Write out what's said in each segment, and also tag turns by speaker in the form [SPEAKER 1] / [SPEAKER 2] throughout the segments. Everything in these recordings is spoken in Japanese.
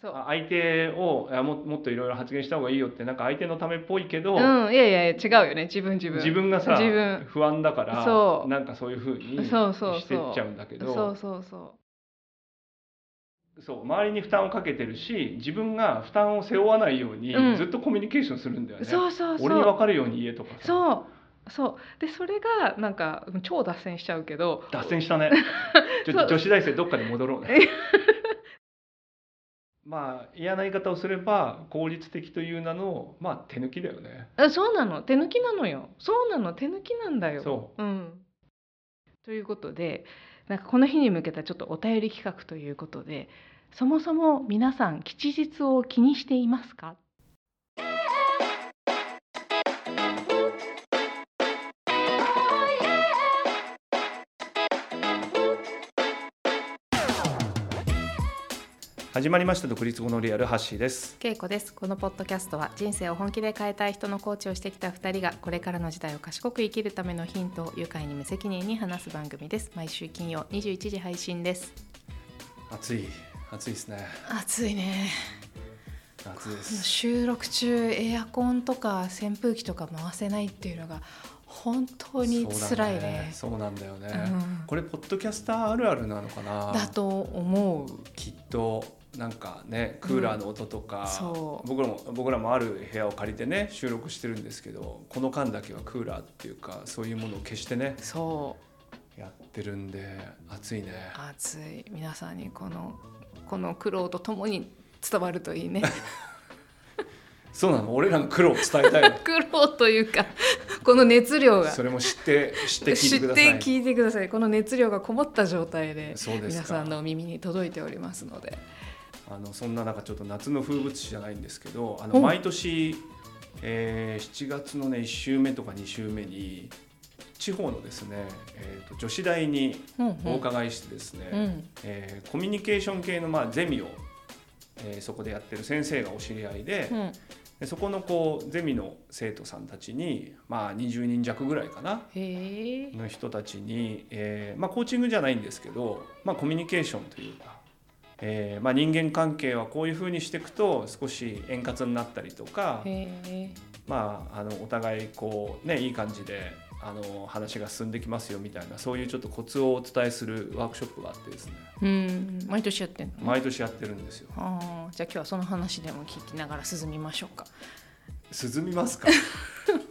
[SPEAKER 1] そう
[SPEAKER 2] あ相手をあももっといろいろ発言した方がいいよってなんか相手のためっぽいけど、
[SPEAKER 1] うんいやいやいや違うよね自分自分
[SPEAKER 2] 自分がさ
[SPEAKER 1] 自分
[SPEAKER 2] 不安だから
[SPEAKER 1] そう
[SPEAKER 2] なんかそういうふうに
[SPEAKER 1] そうそうそう
[SPEAKER 2] してっちゃうんだけど
[SPEAKER 1] そうそうそ
[SPEAKER 2] そう周りに負担をかけてるし自分が負担を背負わないように、
[SPEAKER 1] うん
[SPEAKER 2] ずっとコミュニケーションするんだよ
[SPEAKER 1] う
[SPEAKER 2] ね。
[SPEAKER 1] そうそうそう
[SPEAKER 2] 俺に分かるように言えとかさ
[SPEAKER 1] そうそうでそれがなんか超脱線しちゃうけど
[SPEAKER 2] 脱 線したねちょ
[SPEAKER 1] そう
[SPEAKER 2] 女子大生どっかに戻ろ うね まあ嫌な言い方をすれば効率的という名のまあ手抜きだよね
[SPEAKER 1] あそうなの手抜きなのよそうなの手抜きなんだよ、
[SPEAKER 2] そう
[SPEAKER 1] ん、ということでなんかこの日に向けたちょっとお便り企画ということでそもそも皆さん吉日を気にしていますか
[SPEAKER 2] 始まりました独立後のリアルハッシーです
[SPEAKER 3] けいこですこのポッドキャストは人生を本気で変えたい人のコーチをしてきた2人がこれからの時代を賢く生きるためのヒントを愉快に無責任に話す番組です毎週金曜21時配信です
[SPEAKER 2] 暑い暑いですね
[SPEAKER 3] 暑いね
[SPEAKER 2] 夏で
[SPEAKER 3] 収録中エアコンとか扇風機とか回せないっていうのが本当に辛いね
[SPEAKER 2] そうなんだよね
[SPEAKER 3] うん
[SPEAKER 2] これポッドキャスターあるあるなのかな
[SPEAKER 3] だと思う
[SPEAKER 2] きっとなんかねクーラーの音とか、
[SPEAKER 3] うんそう
[SPEAKER 2] 僕らも僕らもある部屋を借りてね収録してるんですけどこの間だけはクーラーっていうかそういうものを消してね
[SPEAKER 3] そう
[SPEAKER 2] やってるんで暑いね
[SPEAKER 3] 暑い皆さんにこのこの苦労とともに伝わるといいね
[SPEAKER 2] そうなの俺らの苦労を伝えたいの
[SPEAKER 3] 苦労というかこの熱量が
[SPEAKER 2] それも知って知って聞い
[SPEAKER 3] 知
[SPEAKER 2] て
[SPEAKER 3] って
[SPEAKER 2] ください
[SPEAKER 3] 聞いてくださいこの熱量がこもった状態で
[SPEAKER 2] そうです
[SPEAKER 3] 皆
[SPEAKER 2] か
[SPEAKER 3] さんのお耳に届いておりますので
[SPEAKER 2] あのそんな中ちょっと夏の風物詩じゃないんですけどあ
[SPEAKER 3] う
[SPEAKER 2] の
[SPEAKER 3] ん
[SPEAKER 2] 毎年、えー7月のね1週目とか2週目に地方のですね、えーと女子大に
[SPEAKER 3] うんうん
[SPEAKER 2] お伺いしてですね、
[SPEAKER 3] うん
[SPEAKER 2] えーコミュニケーション系の、まあ、ゼミを、えーそこでやってる先生がお知り合いで,、
[SPEAKER 3] うん
[SPEAKER 2] でそこのこうゼミの生徒さんたちに、まあ、20人弱ぐらいかな
[SPEAKER 3] へえ
[SPEAKER 2] の人たちに、えーまあ、コーチングじゃないんですけど、まあ、コミュニケーションというか、えーまあ、人間関係はこういうふうにしていくと少し円滑になったりとか、
[SPEAKER 3] へえ
[SPEAKER 2] まあ、あのお互いこう、ね、いい感じであの話が進んできますよみたいなそういうちょっとコツをお伝えするワークショップがあってですね
[SPEAKER 3] うん毎年やってんの
[SPEAKER 2] 毎年やってるんですよ。
[SPEAKER 3] あーじゃあ今日はその話でも聞きながら進みましょうか
[SPEAKER 2] 涼みますか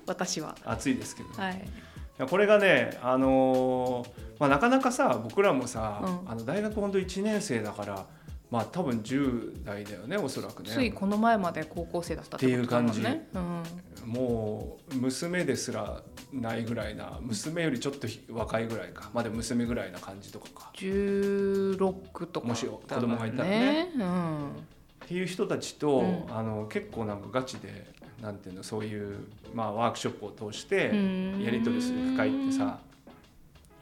[SPEAKER 3] 私は
[SPEAKER 2] 暑いですけど、い
[SPEAKER 3] はい
[SPEAKER 2] やこれがね、あのーまあ、なかなかさ僕らもさ、
[SPEAKER 3] うん
[SPEAKER 2] あの大学ほんと1年生だからまあ多分10代だよねおそらく
[SPEAKER 3] つい
[SPEAKER 2] ね
[SPEAKER 3] この前まで高校生だったってことだもん
[SPEAKER 2] っていう
[SPEAKER 3] ねうん
[SPEAKER 2] もう娘ですらないぐらいな娘よりちょっとひ若いぐらいかまあでも娘ぐらいな感じとかか
[SPEAKER 3] 16とか
[SPEAKER 2] もし子供がいたらね
[SPEAKER 3] ねうん
[SPEAKER 2] っていう人たちと、
[SPEAKER 3] うん
[SPEAKER 2] あの結構なんかガチでなんていうのそういう、まあ、ワークショップを通して
[SPEAKER 3] うん
[SPEAKER 2] やり取りする機会ってさ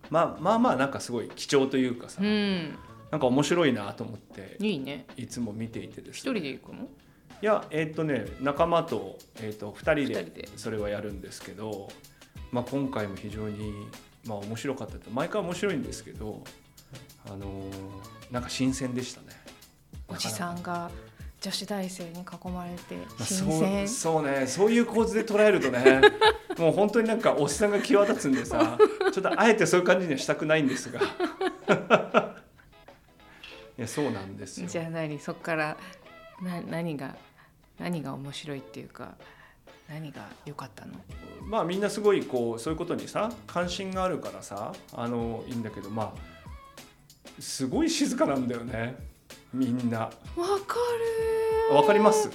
[SPEAKER 2] まあまあまあなんかすごい貴重というかさ、
[SPEAKER 3] うん
[SPEAKER 2] なんか面白いなと思って
[SPEAKER 3] いいね
[SPEAKER 2] いつも見ていてです
[SPEAKER 3] 一人
[SPEAKER 2] ね、
[SPEAKER 3] で行くの
[SPEAKER 2] いやえーっ、とね仲間と,、えーっと2
[SPEAKER 3] 二
[SPEAKER 2] 人
[SPEAKER 3] 人
[SPEAKER 2] で
[SPEAKER 3] で
[SPEAKER 2] それはやるんですけど、まあ、今回も非常に、まあ、面白かったって毎回面白いんですけど、あのーなんか新鮮でしたね。
[SPEAKER 3] おじさんが女子大生に囲まれて
[SPEAKER 2] まあ
[SPEAKER 3] 新鮮
[SPEAKER 2] そうそうねそういう構図で捉える とねもう本当になんかおっさんが際立つんでさちょっとあえてそういう感じにはしたくないん ですがいやそうなんですよ
[SPEAKER 3] じゃあ何そこからな何が何が面白いっていうか何が良かったの
[SPEAKER 2] まあみんなすごいこうそういうことにさ関心があるからさあのいいんだけどまあすごい静かなんだよねみんな
[SPEAKER 3] わかる
[SPEAKER 2] わかります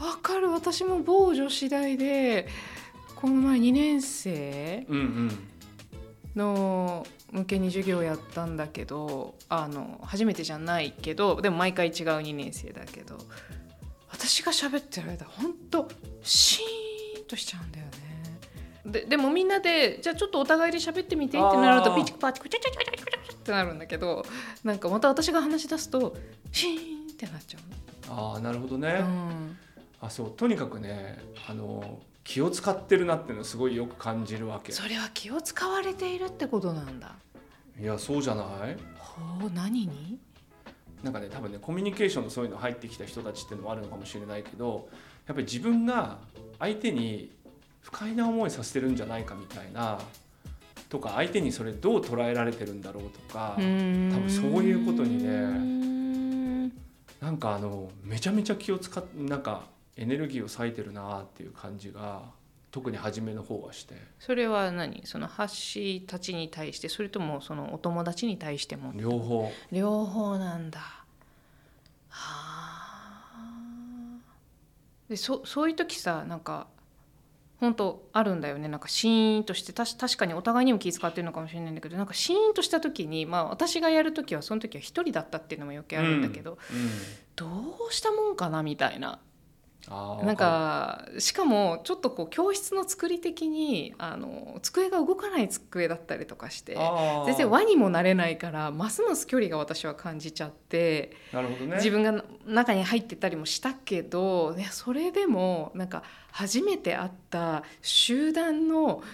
[SPEAKER 3] わかる私も某女子大でこの前2年生
[SPEAKER 2] うんうん
[SPEAKER 3] の向けに授業やったんだけどあの初めてじゃないけどでも毎回違う2年生だけど私が喋ってる間ほんとシーンとしちゃうんだよね。ででもみんなでじゃあちょっとお互いで喋ってみてってなる
[SPEAKER 2] あ
[SPEAKER 3] と
[SPEAKER 2] ー
[SPEAKER 3] ピチクパチクチャチャチャチャチャチャってなるんだけどなんかまた私が話し出すとシーンってなっちゃ
[SPEAKER 2] ああなるほどね、
[SPEAKER 3] うの。うん
[SPEAKER 2] あそうとにかくねあの気を使ってるなっていうのをすごいよく感じるわけ
[SPEAKER 3] それは気を使われているってことなんだ。
[SPEAKER 2] いやそうじゃない
[SPEAKER 3] ほう何に？
[SPEAKER 2] なんかね多分ねコミュニケーションのそういうの入ってきた人たちっていうのもあるのかもしれないけどやっぱり自分が相手に不快な思いさせてるんじゃないかみたいなとか相手にそれどう捉えられてるんだろうとか、
[SPEAKER 3] ん
[SPEAKER 2] 多分そういうことにね
[SPEAKER 1] ね
[SPEAKER 2] なんかあのめちゃめちゃ気を使っなんかエネルギーを割いてるなっていう感じが特に初めの方はして
[SPEAKER 3] それは何そのハッシーたちに対してそれともそのお友達に対しても
[SPEAKER 2] 両方
[SPEAKER 3] 両方なんだはあでそそういう時さなんか本当あるんだよねなんかシーンとしてたし確かにお互いにも気遣ってるのかもしれないんだけどなんかシーンとした時にまあ私がやる時はその時は一人だったっていうのも余計あるんだけど、
[SPEAKER 2] うんうん
[SPEAKER 3] どうしたもんかなみたいな
[SPEAKER 2] あー
[SPEAKER 3] なんかしかもちょっとこう教室の作り的にあの机が動かない机だったりとかして
[SPEAKER 2] あー
[SPEAKER 3] 全然輪にもなれないからますます距離が私は感じちゃって
[SPEAKER 2] なるほどね
[SPEAKER 3] 自分が中に入ってたりもしたけどいやそれでもなんか初めて会った集団の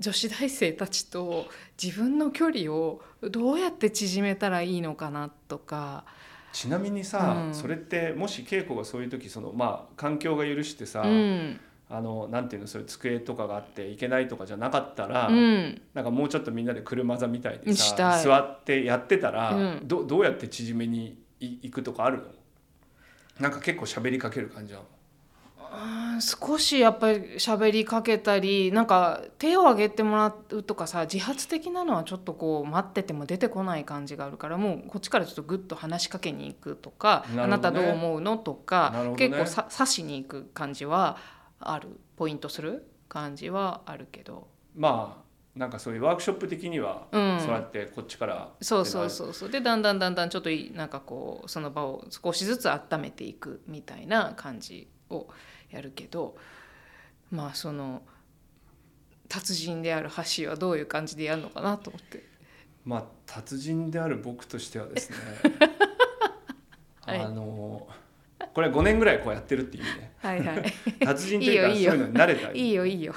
[SPEAKER 3] 女子大生たちと自分の距離をどうやって縮めたらいいのかなとか。
[SPEAKER 2] ちなみにさ、
[SPEAKER 3] うん
[SPEAKER 2] それってもし稽古がそういう時そのまあ環境が許してさ、
[SPEAKER 3] うん
[SPEAKER 2] あのなんていうのそういう机とかがあって行けないとかじゃなかったら、
[SPEAKER 3] うん
[SPEAKER 2] なんかもうちょっとみんなで車座みたいで
[SPEAKER 3] した
[SPEAKER 2] さ
[SPEAKER 3] い
[SPEAKER 2] 座ってやってたら、
[SPEAKER 3] うん
[SPEAKER 2] どどうやって縮めにい行くとかあるのなんか結構喋りかける感じなの
[SPEAKER 3] うん少しやっぱり喋りかけたりなんか手を挙げてもらうとかさ自発的なのはちょっとこう待ってても出てこない感じがあるからもうこっちからちょっとグッと話しかけに行くとか「
[SPEAKER 2] なるほどね
[SPEAKER 3] あなたどう思うの?」とか、
[SPEAKER 2] なるほどね
[SPEAKER 3] 結構さ刺しに行く感じはあるポイントする感じはあるけど、
[SPEAKER 2] まあなんかそういうワークショップ的には、
[SPEAKER 3] うん、
[SPEAKER 2] そうやってこっちから
[SPEAKER 3] そうそうそうそうでだんだんだんだんちょっといなんかこうその場を少しずつ温めていくみたいな感じをやるけどまあその達人であるハッシーはどういう感じでやるのかなと思って
[SPEAKER 2] まあ達人である僕としてはですね
[SPEAKER 3] はい
[SPEAKER 2] あのこれ5年ぐらいこうやってるって意味ね
[SPEAKER 3] はいはい
[SPEAKER 2] 達人というか
[SPEAKER 3] いいよいいよ
[SPEAKER 2] そういうのに慣れた
[SPEAKER 3] いいよいいよ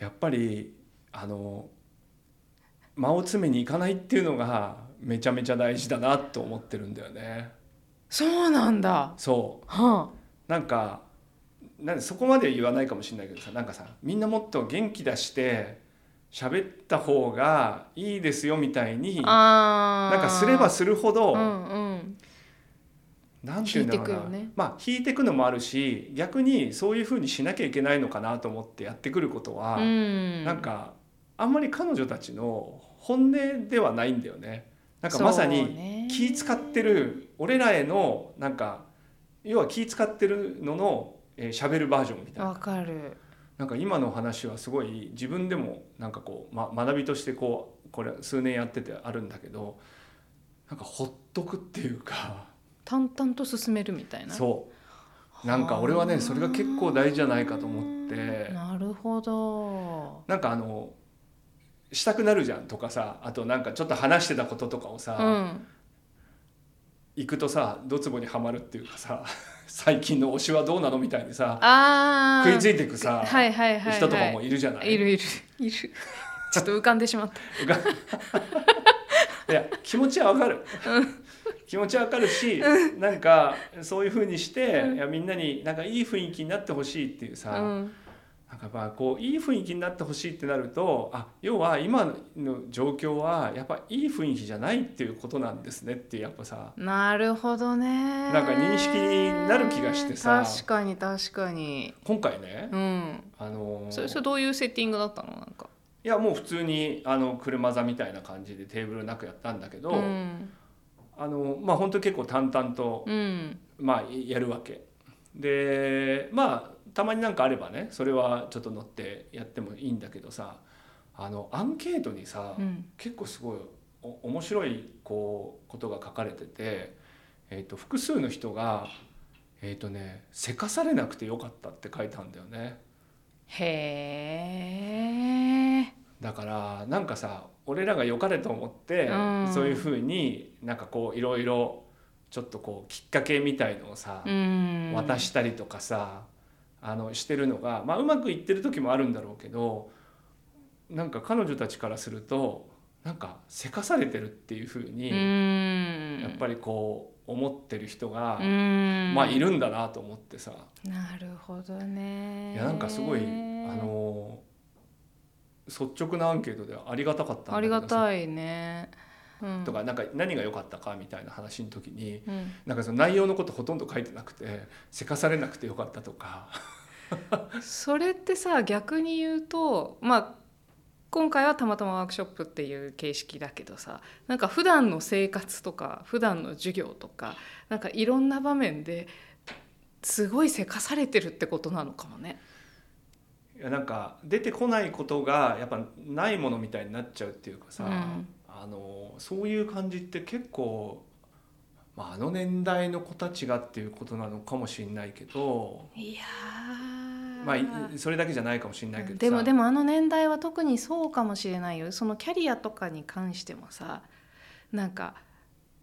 [SPEAKER 2] やっぱりあの間を詰めに行かないっていうのがめちゃめちゃ大事だなと思ってるんだよね
[SPEAKER 3] そうなんだ
[SPEAKER 2] そう
[SPEAKER 3] は
[SPEAKER 2] なんかなんでそこまでは言わないかもしれないけどさなんかさみんなもっと元気出して喋った方がいいですよみたいに
[SPEAKER 3] あ
[SPEAKER 2] な
[SPEAKER 3] あー
[SPEAKER 2] んかすればするほど、
[SPEAKER 3] うんうん
[SPEAKER 2] なんていうんだろ
[SPEAKER 3] 引
[SPEAKER 2] う
[SPEAKER 3] いて
[SPEAKER 2] な、
[SPEAKER 3] くよね
[SPEAKER 2] まあ引いてくのもあるし逆にそういうふうにしなきゃいけないのかなと思ってやってくることは、
[SPEAKER 3] うん
[SPEAKER 2] なんかあんまり彼女たちの本音ではないんだよね。なんかまさ
[SPEAKER 3] そう
[SPEAKER 2] に
[SPEAKER 3] ね
[SPEAKER 2] 気使ってる俺らへのなんか要は気使ってるののえー喋るバージョンみたい
[SPEAKER 3] わ
[SPEAKER 2] な
[SPEAKER 3] かる
[SPEAKER 2] なんか今の話はすごい自分でもなんかこう、ま、学びとしてこうこれ数年やっててあるんだけどなんかほっとくっていうか
[SPEAKER 3] 淡々と進めるみたいな
[SPEAKER 2] そうなんか俺は
[SPEAKER 3] あ
[SPEAKER 2] ね
[SPEAKER 3] ー
[SPEAKER 2] それが結構大事じゃないかと思って
[SPEAKER 3] なるほど
[SPEAKER 2] なんかあのしたくなるじゃんとかさあとなんかちょっと話してたこととかをさ、
[SPEAKER 3] うん
[SPEAKER 2] 行くとさドツボにはまるっていうかさ 最近の推しはどうなのみたいにさ
[SPEAKER 3] ああ
[SPEAKER 2] 食いついてくさ、
[SPEAKER 3] はいはいはいはい、
[SPEAKER 2] 人とかもいるじゃない
[SPEAKER 3] いるいるい るちょっと浮かんでしまった
[SPEAKER 2] うがいや気持ちはわかる、気持ちはわかるし、なんかそういうふうにして、いやみんなになんかいい雰囲気になってほしいっていうさ、
[SPEAKER 3] うん
[SPEAKER 2] なんかやっぱこういい雰囲気になってほしいってなるとあ要は今の状況はやっぱいい雰囲気じゃないっていうことなんですねっていうやっぱさ
[SPEAKER 3] なるほどね
[SPEAKER 2] なんか認識になる気がしてさ
[SPEAKER 3] 確かに確かに
[SPEAKER 2] 今回ね、
[SPEAKER 3] うん
[SPEAKER 2] あのー
[SPEAKER 3] それそれどういうセッティングだったのなんか
[SPEAKER 2] いやもう普通にあの車座みたいな感じでテーブルなくやったんだけど、
[SPEAKER 3] ん
[SPEAKER 2] あのまあ本当結構淡々と、
[SPEAKER 3] うん
[SPEAKER 2] まあ、やるわけでまあたまになんかあればねそれはちょっと乗ってやってもいいんだけどさあのアンケートにさ、
[SPEAKER 3] うん
[SPEAKER 2] 結構すごいお面白いこうことが書かれてて、えー、と複数の人が「えっ、とねせかされなくてよかった」って書いたんだよね。
[SPEAKER 3] へえ
[SPEAKER 2] だからなんかさ俺らが良かれと思って、
[SPEAKER 3] うん
[SPEAKER 2] そういうふうになんかこういろいろちょっとこうきっかけみたいのをさ、
[SPEAKER 3] うん
[SPEAKER 2] 渡したりとかさあのしてるのが、まあ、うまくいってる時もあるんだろうけどなんか彼女たちからするとなんかせかされてるっていうふう
[SPEAKER 3] う
[SPEAKER 2] に、
[SPEAKER 3] ん
[SPEAKER 2] やっぱりこう思ってる人が、
[SPEAKER 3] うん
[SPEAKER 2] まあいるんだなと思ってさ
[SPEAKER 3] なるほどね
[SPEAKER 2] いやなんかすごいあの率直なアンケートではありがたかったんだ
[SPEAKER 3] あ
[SPEAKER 2] け
[SPEAKER 3] り
[SPEAKER 2] どさ
[SPEAKER 3] がたいね、うん、
[SPEAKER 2] とかなんか何が良かったかみたいな話の時に
[SPEAKER 3] うん
[SPEAKER 2] なんかその内容のことほとんど書いてなくてせかされなくてよかったとか
[SPEAKER 3] それってさ逆に言うとまあ今回はたまたまワークショップっていう形式だけどさなんか普段の生活とか普段の授業とかなんかいろんな場面ですごいせかされてるってことなのかもね。
[SPEAKER 2] いやなんか出てこないことがやっぱないものみたいになっちゃうっていうかさ、
[SPEAKER 3] うん
[SPEAKER 2] あのそういう感じって結構、まあ、あの年代の子たちがっていうことなのかもしれないけど、
[SPEAKER 3] いや
[SPEAKER 2] まあい、それだけじゃないかもしれないけどさ
[SPEAKER 3] でもでもあの年代は特にそうかもしれないよそのキャリアとかに関してもさなんか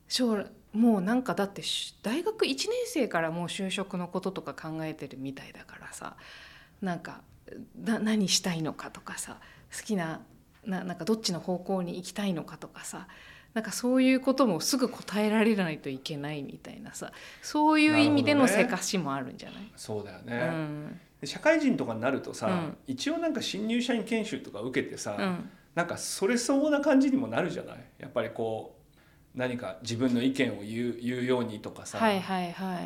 [SPEAKER 3] 将来もうなんかだってし大学1年生からもう就職のこととか考えてるみたいだからさなんかな何したいのかとかさ好きなななんかどっちの方向に行きたいのかとかさなんかそういうこともすぐ答えられないといけないみたいなさそういう意味での
[SPEAKER 2] なるほ
[SPEAKER 3] せ
[SPEAKER 2] どね
[SPEAKER 3] かしもあるんじゃない
[SPEAKER 2] そうだよね、
[SPEAKER 3] うん
[SPEAKER 2] で社会人とかになるとさ、
[SPEAKER 3] うん
[SPEAKER 2] 一応なんか新入社員研修とか受けてさ、
[SPEAKER 3] うん
[SPEAKER 2] なんかそれ相応な感じにもなるじゃないやっぱりこう何か自分の意見を言う言うようにとかさ、
[SPEAKER 3] はいはいは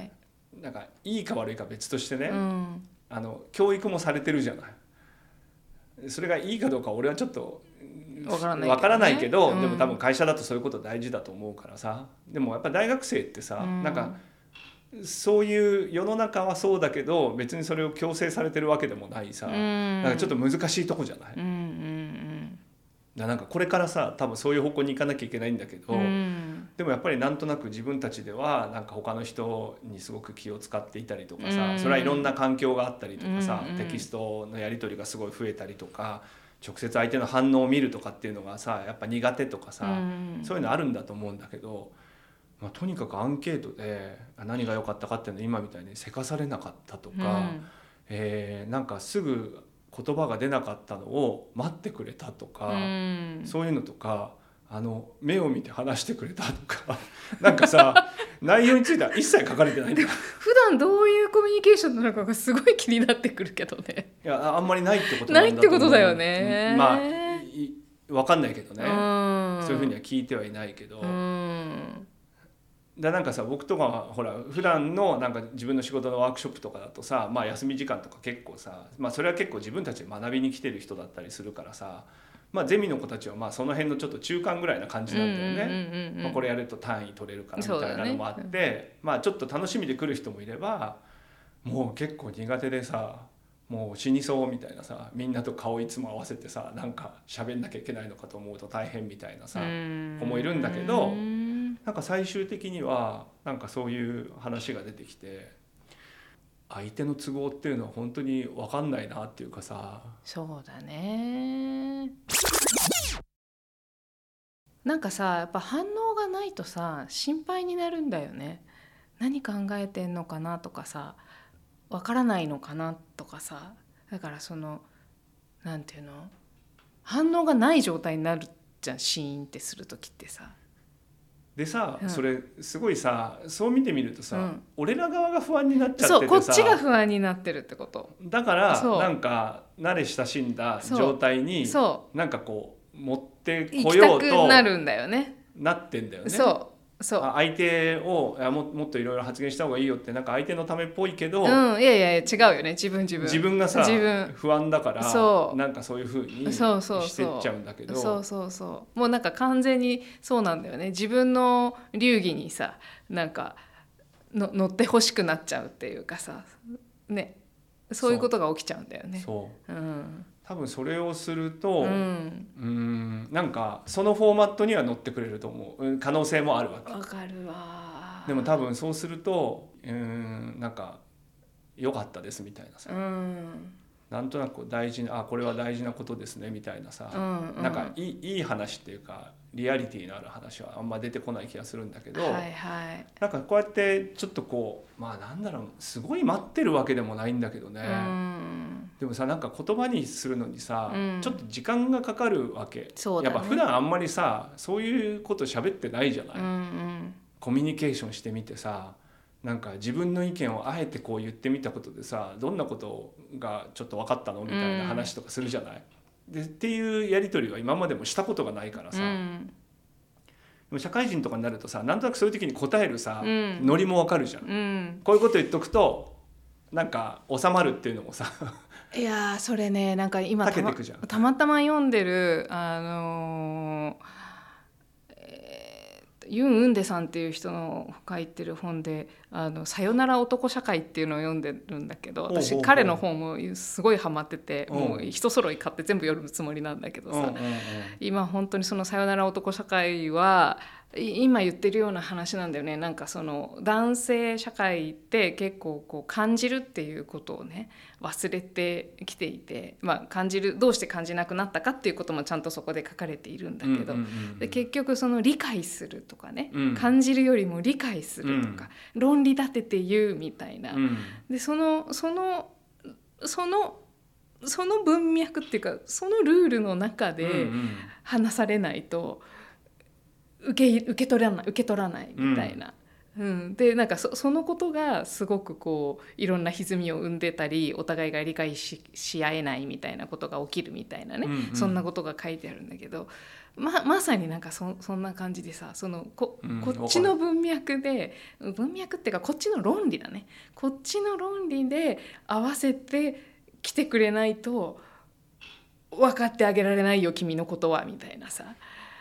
[SPEAKER 3] い。
[SPEAKER 2] なんかいいか悪いか別としてね、
[SPEAKER 3] うん
[SPEAKER 2] あの教育もされてるじゃないそれがいいかどうか俺はちょっと
[SPEAKER 3] わからないけどね
[SPEAKER 2] わからないけど、
[SPEAKER 3] うん
[SPEAKER 2] でも多分会社だとそういうこと大事だと思うからさでもやっぱ大学生ってさ、
[SPEAKER 3] うん
[SPEAKER 2] なんかそういう世の中はそうだけど別にそれを強制されてるわけでもないさ、
[SPEAKER 3] うん
[SPEAKER 2] なんかちょっと難しいとこじゃない、
[SPEAKER 3] うんうん
[SPEAKER 2] だなんかこれからさ多分そういう方向に行かなきゃいけないんだけど、
[SPEAKER 3] うんうん
[SPEAKER 2] でもやっぱりなんとなく自分たちではなんか他の人にすごく気を使っていたりとかさ、
[SPEAKER 3] うん
[SPEAKER 2] それはいろんな環境があったりとかさ、
[SPEAKER 3] うんうん
[SPEAKER 2] テキストのやり取りがすごい増えたりとか直接相手の反応を見るとかっていうのがさやっぱ苦手とかさ、
[SPEAKER 3] うん
[SPEAKER 2] そういうのあるんだと思うんだけど、まあ、とにかくアンケートで何が良かったかっていうのを今みたいにせかされなかったとか、えーなんかすぐ言葉が出なかったのを待ってくれたとか。
[SPEAKER 3] うん
[SPEAKER 2] そういうのとかあの目を見て話してくれたとか なんかさ内容については一切書かれてないんだい
[SPEAKER 3] 普段どういうコミュニケーションなのかがすごい気になってくるけどね。
[SPEAKER 2] やああんまりないってことなんだと思う
[SPEAKER 3] ないってことだよね
[SPEAKER 2] うんまあいわかんないけど
[SPEAKER 3] う
[SPEAKER 2] ね、
[SPEAKER 3] ん
[SPEAKER 2] そういうふうには聞いてはいないけど、
[SPEAKER 3] うん
[SPEAKER 2] だなんかさ僕とかはほら普段のなんか自分の仕事のワークショップとかだとさ、まあ、休み時間とか結構さ、まあ、それは結構自分たちで学びに来てる人だったりするからさ、まあ、ゼミの子たちはまあその辺のちょっと中間ぐらいな感じなんだよね。
[SPEAKER 3] うんうんうんうん
[SPEAKER 2] まあ、これやると単位取れるからみ
[SPEAKER 3] そうだね
[SPEAKER 2] たいなのもあって、まあ、ちょっと楽しみで来る人もいればもう結構苦手でさもう死にそうみたいなさみんなと顔いつも合わせてさなんか喋んなきゃいけないのかと思うと大変みたいなさ、
[SPEAKER 3] うん
[SPEAKER 2] 子もいるんだけど
[SPEAKER 3] うん
[SPEAKER 2] なんか最終的にはなんかそういう話が出てきて相手の都合っていうのは本当に分かんないなっていうかさ
[SPEAKER 3] そうだね。なんかさやっぱ反応がないとさ心配になるんだよね。何考えてんのかなとかさわからないのかなとかさだからそのなんていうの反応がない状態になるじゃんシーンってする時ってさ。
[SPEAKER 2] でさ、
[SPEAKER 3] うん
[SPEAKER 2] それすごいさそう見てみるとさ、
[SPEAKER 3] うん
[SPEAKER 2] 俺ら側が不安になっちゃっててさ
[SPEAKER 3] そうこっちが不安になってるってこと。
[SPEAKER 2] だから
[SPEAKER 3] そう
[SPEAKER 2] なんか慣れ親しんだ状態に
[SPEAKER 3] そ
[SPEAKER 2] なんかこう持って
[SPEAKER 3] う行
[SPEAKER 2] こ
[SPEAKER 3] き
[SPEAKER 2] よ
[SPEAKER 3] た
[SPEAKER 2] う
[SPEAKER 3] く
[SPEAKER 2] と
[SPEAKER 3] なるんだよね。
[SPEAKER 2] なってんだよね。
[SPEAKER 3] そうそう。
[SPEAKER 2] あ相手をいやももっといろいろ発言した方がいいよってなんか相手のためっぽいけど、
[SPEAKER 3] うんいやいやいや違うよね自分自分。
[SPEAKER 2] 自分がさ
[SPEAKER 3] 自分
[SPEAKER 2] 不安だから
[SPEAKER 3] そう
[SPEAKER 2] なんかそういうふうに
[SPEAKER 3] そうそうそう
[SPEAKER 2] してっちゃうんだけど
[SPEAKER 3] そうそうそうもうなんか完全にそうなんだよね自分の流儀にさなんかの乗ってほしくなっちゃうっていうかさねそういうことが起きちゃうんだよね。
[SPEAKER 2] そう
[SPEAKER 3] うん
[SPEAKER 2] 多分それをすると、
[SPEAKER 3] う
[SPEAKER 2] うん
[SPEAKER 3] ん
[SPEAKER 2] ーんなんかそのフォーマットには乗ってくれると思ううん可能性もあるわけ
[SPEAKER 3] わかるわ
[SPEAKER 2] でも多分そうするとうーんなんか良かったですみたいなさ
[SPEAKER 3] うん
[SPEAKER 2] なんとなくこう大事なあこれは大事なことですねみたいなさ、
[SPEAKER 3] うんう
[SPEAKER 2] なんかいいいい話っていうかリアリティのある話はあんま出てこない気がするんだけど、
[SPEAKER 3] はいはい
[SPEAKER 2] なんかこうやってちょっとこうまあなんだろうすごい待ってるわけでもないんだけどね、
[SPEAKER 3] うん
[SPEAKER 2] でもさなんか言葉にするのにさ、
[SPEAKER 3] うん
[SPEAKER 2] ちょっと時間がかかるわけ、
[SPEAKER 3] そうだ
[SPEAKER 2] やっ
[SPEAKER 3] ね
[SPEAKER 2] ぱ普段あんまりさそういうこと喋ってないじゃない、
[SPEAKER 3] うんうん
[SPEAKER 2] コミュニケーションしてみてさなんか自分の意見をあえてこう言ってみたことでさどんなことがちょっと分かったのみたいな話とかするじゃない。でっていうやり取りは今までもしたことがないからさ、で
[SPEAKER 3] ん
[SPEAKER 2] も社会人とかになるとさなんとなくそういう時に答えるさ、
[SPEAKER 3] うん
[SPEAKER 2] ノリもわかるじゃん。
[SPEAKER 3] うん、
[SPEAKER 2] こういうこと言っとくとなんか収まるっていうのもさ
[SPEAKER 3] いやーそれねなんか今
[SPEAKER 2] たけ
[SPEAKER 3] た
[SPEAKER 2] て
[SPEAKER 3] ま
[SPEAKER 2] くじゃん。
[SPEAKER 3] たまたま読んでるあのーえーユン・ウンデさんっていう人の書いてる本で「あのさよなら男社会」っていうのを読んでるんだけど
[SPEAKER 2] ほうほうほ
[SPEAKER 3] 私
[SPEAKER 2] う
[SPEAKER 3] 彼の本もすごいハマってて
[SPEAKER 2] うん
[SPEAKER 3] もう一揃い買って全部読むつもりなんだけどさ今本当にその「さよなら男社会はい今言ってるような話なんだよねなんかその男性社会って結構こう感じるっていうことをね忘れてきていて、まあ、感じるどうして感じなくなったかっていうこともちゃんとそこで書かれているんだけど、で結局その理解するとかね、
[SPEAKER 2] うん
[SPEAKER 3] 感じるよりも理解するとか、論理立てて言うみたいな、
[SPEAKER 2] うん
[SPEAKER 3] でそのそのそのその文脈っていうかそのルールの中で。
[SPEAKER 2] うんうん
[SPEAKER 3] 話されないと受け受け取らない受け取らないみたいな。うんでなんかそそのことがすごくこういろんな歪みを生んでたりお互いが理解しし合えないみたいなことが起きるみたいなね、
[SPEAKER 2] うんうん
[SPEAKER 3] そんなことが書いてあるんだけどままさになんかそそんな感じでさそのこ
[SPEAKER 2] うん
[SPEAKER 3] こっちの文脈で文脈っていうかこっちの論理だねこっちの論理で合わせて来てくれないと分かってあげられないよ君のことはみたいなさ、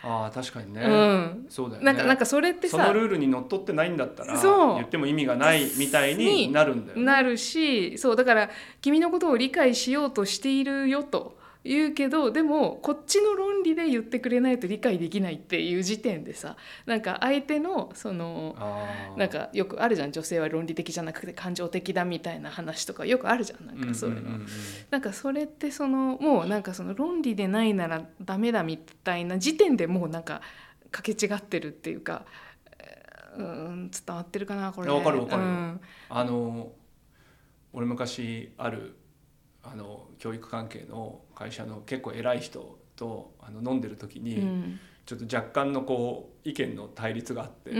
[SPEAKER 2] ああ確かにね、
[SPEAKER 3] うん、
[SPEAKER 2] そうだよね
[SPEAKER 3] なんかなんかそれって
[SPEAKER 2] その
[SPEAKER 3] さ
[SPEAKER 2] ルールにのっとってないんだったら
[SPEAKER 3] そう
[SPEAKER 2] 言っても意味がないみたいになるんだよね、
[SPEAKER 3] なるしそうだから君のことを理解しようとしているよと言うけどでもこっちの論理で言ってくれないと理解できないっていう時点でさなんか相手のその
[SPEAKER 2] あー
[SPEAKER 3] なんかよくあるじゃん女性は論理的じゃなくて感情的だみたいな話とかよくあるじゃんなんかそういうの。
[SPEAKER 2] んんんん
[SPEAKER 3] なんかそれってそのもうなんかその論理でないならダメだみたいな時点でもうなんかかけ違ってるっていうかえーうーん伝わってるかなこれ
[SPEAKER 2] いやわかるわかるよ
[SPEAKER 3] うん
[SPEAKER 2] あの俺昔あるあの教育関係の会社の結構偉い人とあの飲んでる時に、
[SPEAKER 3] うん
[SPEAKER 2] ちょっと若干のこう意見の対立があって、
[SPEAKER 3] うん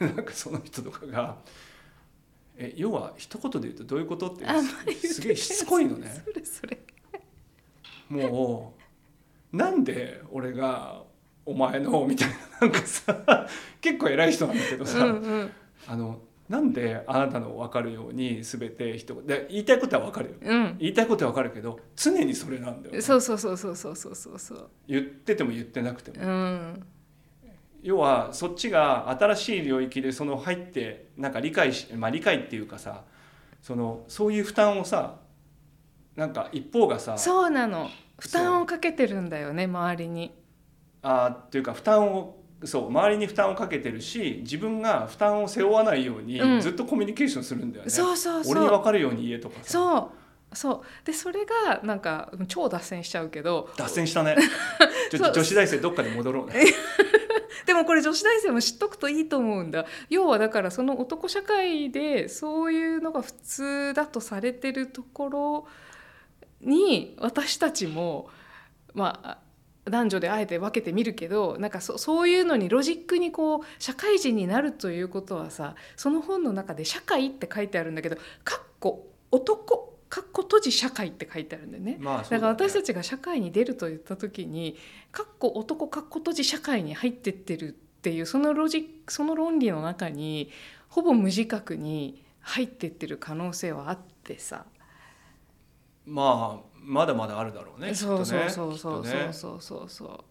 [SPEAKER 3] うん、
[SPEAKER 2] なんかその人とかが「え要は一言で言うとどういうこと?」って
[SPEAKER 3] あんまり言って
[SPEAKER 2] すげえしつこいのね
[SPEAKER 3] それそれ
[SPEAKER 2] もうなんで俺が「お前の」みたいななんかさ結構偉い人なんだけど
[SPEAKER 3] う
[SPEAKER 2] さ、
[SPEAKER 3] んうん
[SPEAKER 2] あのなんであなたの分かるように全て一言で言いたいことは分かるよ
[SPEAKER 3] うん
[SPEAKER 2] 言いたいことは分かるけど常にそれなんだよね、
[SPEAKER 3] そうそうそうそうそうそうそうそう
[SPEAKER 2] 言ってても言ってなくても
[SPEAKER 3] うん
[SPEAKER 2] 要はそっちが新しい領域でその入ってなんか理解し、まあ、理解っていうかさそのそういう負担をさなんか一方がさ
[SPEAKER 3] そうなの負担をかけてるんだよね周りに
[SPEAKER 2] あーっていうか負担をそう周りに負担をかけてるし自分が負担を背負わないように
[SPEAKER 3] うん
[SPEAKER 2] ずっとコミュニケーションするんだよね。
[SPEAKER 3] そうそうそう
[SPEAKER 2] 俺に分かるように言えとかさ
[SPEAKER 3] そうそうでそれがなんか超脱線しちゃうけど
[SPEAKER 2] 脱線した ねちょ
[SPEAKER 3] そう
[SPEAKER 2] 女子大生どっかに戻ろうね。
[SPEAKER 3] でもこれ女子大生も知っとくといいと思うんだ要はだからその男社会でそういうのが普通だとされてるところに私たちもまあ男女であえて分けてみるけどなんかそそういうのにロジックにこう社会人になるということはさその本の中で「社会」って書いてあるんだけど「かっこ男」「かっこ閉じ社会」って書いてあるんだよね。
[SPEAKER 2] まあそう
[SPEAKER 3] だから私た
[SPEAKER 2] ち
[SPEAKER 3] ちが社会に出ると言った時に「かっこ男かっこ閉じ社会に入ってってる」っていうそのロジックその論理の中にほぼ無自覚に入ってってる可能性はあってさ、
[SPEAKER 2] まあまだまだあるだろうね。きっと
[SPEAKER 3] そう
[SPEAKER 2] ね
[SPEAKER 3] そうそうそう
[SPEAKER 2] きっと
[SPEAKER 3] そ
[SPEAKER 2] ね
[SPEAKER 3] うそうそうそ